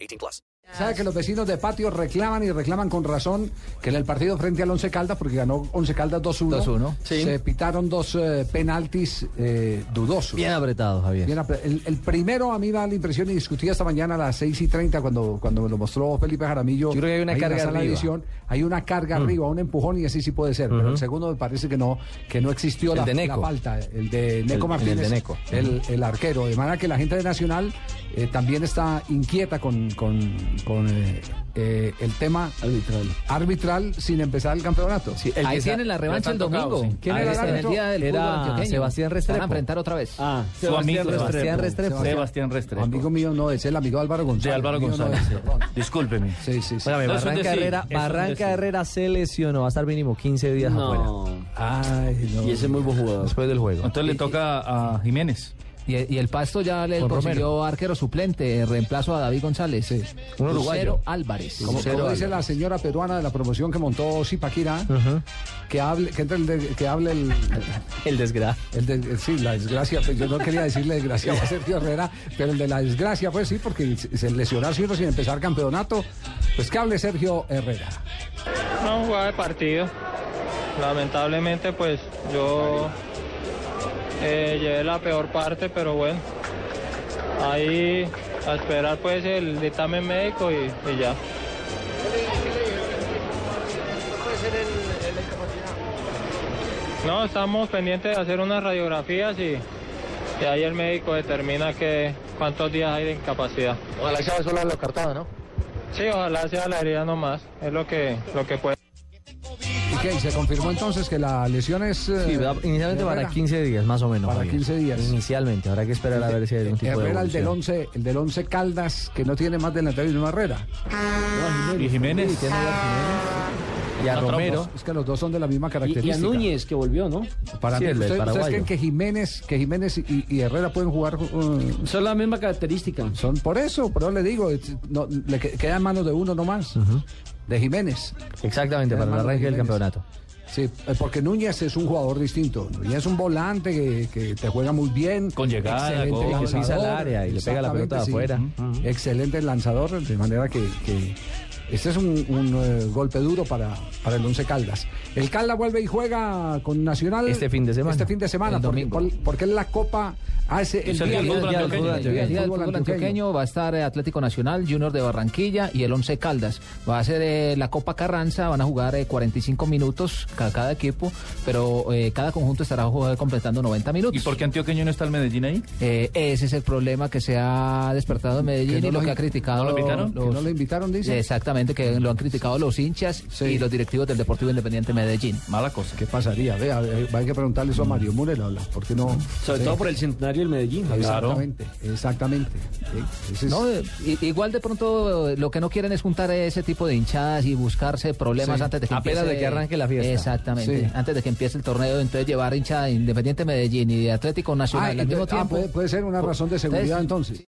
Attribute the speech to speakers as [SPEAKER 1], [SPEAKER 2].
[SPEAKER 1] 18 plus.
[SPEAKER 2] ¿Sabe que los vecinos de patio reclaman y reclaman con razón que en el partido frente al Once Caldas, porque ganó Once Caldas 2-1,
[SPEAKER 3] 2-1, sí.
[SPEAKER 2] se pitaron dos eh, penaltis eh, dudosos.
[SPEAKER 3] Bien apretado, Javier.
[SPEAKER 2] Bien apre- el, el primero a mí me da la impresión, y discutí esta mañana a las 6 y 30 cuando, cuando me lo mostró Felipe Jaramillo.
[SPEAKER 3] Yo creo que hay una
[SPEAKER 2] ahí en la
[SPEAKER 3] carga
[SPEAKER 2] sala de
[SPEAKER 3] arriba. Mm.
[SPEAKER 2] edición, hay una carga arriba, un empujón y así sí puede ser. Pero el segundo me parece que no, que no existió
[SPEAKER 3] El
[SPEAKER 2] la,
[SPEAKER 3] de Neco.
[SPEAKER 2] la falta. El de Neco
[SPEAKER 3] el
[SPEAKER 2] Martínez.
[SPEAKER 3] de Neco.
[SPEAKER 2] el- el arquero. De manera que la gente de Nacional eh, también está inquieta con, con- con, eh, eh, el tema arbitral. sin empezar el campeonato.
[SPEAKER 3] Ahí tienen la revancha el domingo. ¿Quién
[SPEAKER 2] Ahí
[SPEAKER 3] era
[SPEAKER 2] está.
[SPEAKER 3] el
[SPEAKER 2] árbitro?
[SPEAKER 3] día del
[SPEAKER 4] Era
[SPEAKER 3] fútbol antioqueño.
[SPEAKER 4] Sebastián Restrepo.
[SPEAKER 3] Se van a enfrentar otra vez.
[SPEAKER 4] Ah,
[SPEAKER 3] Su amigo, Sebastián Restrepo.
[SPEAKER 4] Sebastián Restrepo.
[SPEAKER 2] Amigo mío no es, el amigo Álvaro González.
[SPEAKER 4] de Álvaro
[SPEAKER 2] mío no
[SPEAKER 4] González.
[SPEAKER 2] es, perdón.
[SPEAKER 4] Discúlpeme.
[SPEAKER 2] Sí, sí, sí.
[SPEAKER 3] Espérame,
[SPEAKER 4] No, es un
[SPEAKER 3] Barranca,
[SPEAKER 4] decir,
[SPEAKER 3] Herrera,
[SPEAKER 4] es un decir.
[SPEAKER 3] Barranca Herrera se lesionó. Va a estar mínimo 15 días afuera.
[SPEAKER 4] No.
[SPEAKER 2] Ay, no.
[SPEAKER 4] Y ese es muy buen jugador.
[SPEAKER 3] Después del juego.
[SPEAKER 5] Entonces le toca a Jiménez.
[SPEAKER 6] Y, y el Pasto ya le
[SPEAKER 3] Con
[SPEAKER 6] consiguió
[SPEAKER 3] Romero.
[SPEAKER 6] arquero
[SPEAKER 3] eh,
[SPEAKER 6] suplente, en reemplazo a David González.
[SPEAKER 3] Un uruguayo.
[SPEAKER 6] Lucero Álvarez.
[SPEAKER 2] Como,
[SPEAKER 3] Cero
[SPEAKER 2] como dice la
[SPEAKER 3] Álvarez.
[SPEAKER 2] señora peruana de la promoción que montó Zipaquira, que hable, que entre el, de- que hable el,
[SPEAKER 3] El desgracia.
[SPEAKER 2] el de- sí, la desgracia, pues, yo no quería decirle desgracia a Sergio Herrera, pero el de la desgracia, pues sí, porque se se lesionarse uno sin empezar campeonato, pues que hable Sergio Herrera.
[SPEAKER 7] No jugaba de partido. Lamentablemente, pues yo eh, llevé la peor parte, pero bueno, ahí a esperar pues el dictamen médico y, y ya. No, estamos pendientes de hacer unas radiografías y, y ahí el médico determina que, cuántos días hay de incapacidad.
[SPEAKER 3] Ojalá sea solo lo cartado, ¿no?
[SPEAKER 7] Sí, ojalá sea la herida nomás, es lo que, lo que puede.
[SPEAKER 2] ¿Y qué? ¿Y se confirmó entonces que la lesión es... eh,
[SPEAKER 3] Sí, va- inicialmente
[SPEAKER 2] de
[SPEAKER 3] para
[SPEAKER 2] Herrera?
[SPEAKER 3] 15 días, más o menos.
[SPEAKER 2] Para 15 días.
[SPEAKER 3] Inicialmente. Habrá que esperar a ver si hay algún tipo de
[SPEAKER 2] Herrera, el del
[SPEAKER 3] evolución.
[SPEAKER 2] 11, el del 11 Caldas, que no tiene más delantero y no Herrera.
[SPEAKER 5] Y
[SPEAKER 3] Sí,
[SPEAKER 5] Jiménez.
[SPEAKER 3] tiene a Jiménez y a Romero.
[SPEAKER 2] Es que los dos son de la
[SPEAKER 4] Y,
[SPEAKER 2] misma
[SPEAKER 4] y
[SPEAKER 2] característica.
[SPEAKER 4] a Núñez, que volvió, ¿no?
[SPEAKER 2] Para
[SPEAKER 3] Sí,
[SPEAKER 2] mí,
[SPEAKER 3] el
[SPEAKER 2] ¿ustedes, ustedes
[SPEAKER 3] paraguayo.
[SPEAKER 2] creen que Jiménez, que Jiménez y, y Herrera pueden jugar? uh,
[SPEAKER 4] Son la misma característica.
[SPEAKER 2] son por eso, pero le digo, es- no, le que- queda en manos de uno nomás, de Jiménez.
[SPEAKER 3] Exactamente, para el
[SPEAKER 2] Hermano
[SPEAKER 3] arranque del
[SPEAKER 2] Jiménez.
[SPEAKER 3] campeonato.
[SPEAKER 2] Sí, eh, porque Núñez es un jugador distinto. Núñez es un volante que, que te juega muy bien.
[SPEAKER 5] Con llegada,
[SPEAKER 2] excelente
[SPEAKER 5] gol.
[SPEAKER 3] Que pisa
[SPEAKER 2] lanzador,
[SPEAKER 3] el área y le pega la pelota de
[SPEAKER 2] exactamente,
[SPEAKER 3] afuera.
[SPEAKER 2] sí. Excelente lanzador, de manera que, que este es un, un, eh, golpe duro para, para el Once Caldas. El Caldas vuelve y juega con Nacional.
[SPEAKER 3] Este fin de semana.
[SPEAKER 2] Este fin de semana,
[SPEAKER 3] El
[SPEAKER 2] porque,
[SPEAKER 3] domingo.
[SPEAKER 2] por- porque es la Copa. Ah, ese-
[SPEAKER 5] Es
[SPEAKER 2] día del
[SPEAKER 5] el fútbol
[SPEAKER 2] día del
[SPEAKER 5] antioqueño.
[SPEAKER 2] fútbol
[SPEAKER 6] El día del
[SPEAKER 2] antioqueño.
[SPEAKER 6] fútbol antioqueño va a estar eh, Atlético Nacional, Junior de Barranquilla y el Once Caldas. Va a ser eh, la Copa Carranza, van a jugar eh, 45 minutos ca- cada equipo, pero eh, cada conjunto estará jugando- completando 90
[SPEAKER 5] ¿Y
[SPEAKER 6] minutos.
[SPEAKER 5] por qué Antioqueño no está el Medellín ahí?
[SPEAKER 6] Eh, ese es el problema que se ha despertado en Medellín
[SPEAKER 2] no
[SPEAKER 6] y
[SPEAKER 2] lo
[SPEAKER 6] lo que
[SPEAKER 2] in-
[SPEAKER 6] ha criticado.
[SPEAKER 5] ¿no lo invitaron?
[SPEAKER 2] ¿Que no lo invitaron, dice?
[SPEAKER 6] Exactamente, que lo han criticado los hinchas
[SPEAKER 2] Sí.
[SPEAKER 6] y los directivos del Deportivo Independiente Medellín.
[SPEAKER 5] Mala cosa.
[SPEAKER 2] ¿Qué pasaría? Vea, eh, hay que preguntarle eso a Mario Murel, habla, ¿por qué no?
[SPEAKER 4] Sobre
[SPEAKER 2] Sí.
[SPEAKER 4] todo por el centenario del Medellín. Javier.
[SPEAKER 2] Exactamente, exactamente. Sí, ese es-
[SPEAKER 6] No, eh, i- igual de pronto eh, lo que no quieren es juntar ese tipo de hinchadas y buscarse problemas
[SPEAKER 2] Sí,
[SPEAKER 6] antes de que
[SPEAKER 3] apenas
[SPEAKER 6] empiece
[SPEAKER 3] de que arranque la fiesta.
[SPEAKER 6] Exactamente,
[SPEAKER 2] Sí.
[SPEAKER 6] antes de que empiece el torneo, entonces llevar hinchada de Independiente Medellín y de Atlético
[SPEAKER 2] Ah,
[SPEAKER 6] Nacional al mismo
[SPEAKER 2] entonces- ah,
[SPEAKER 6] tiempo.
[SPEAKER 2] puede, puede ser una razón de seguridad entonces.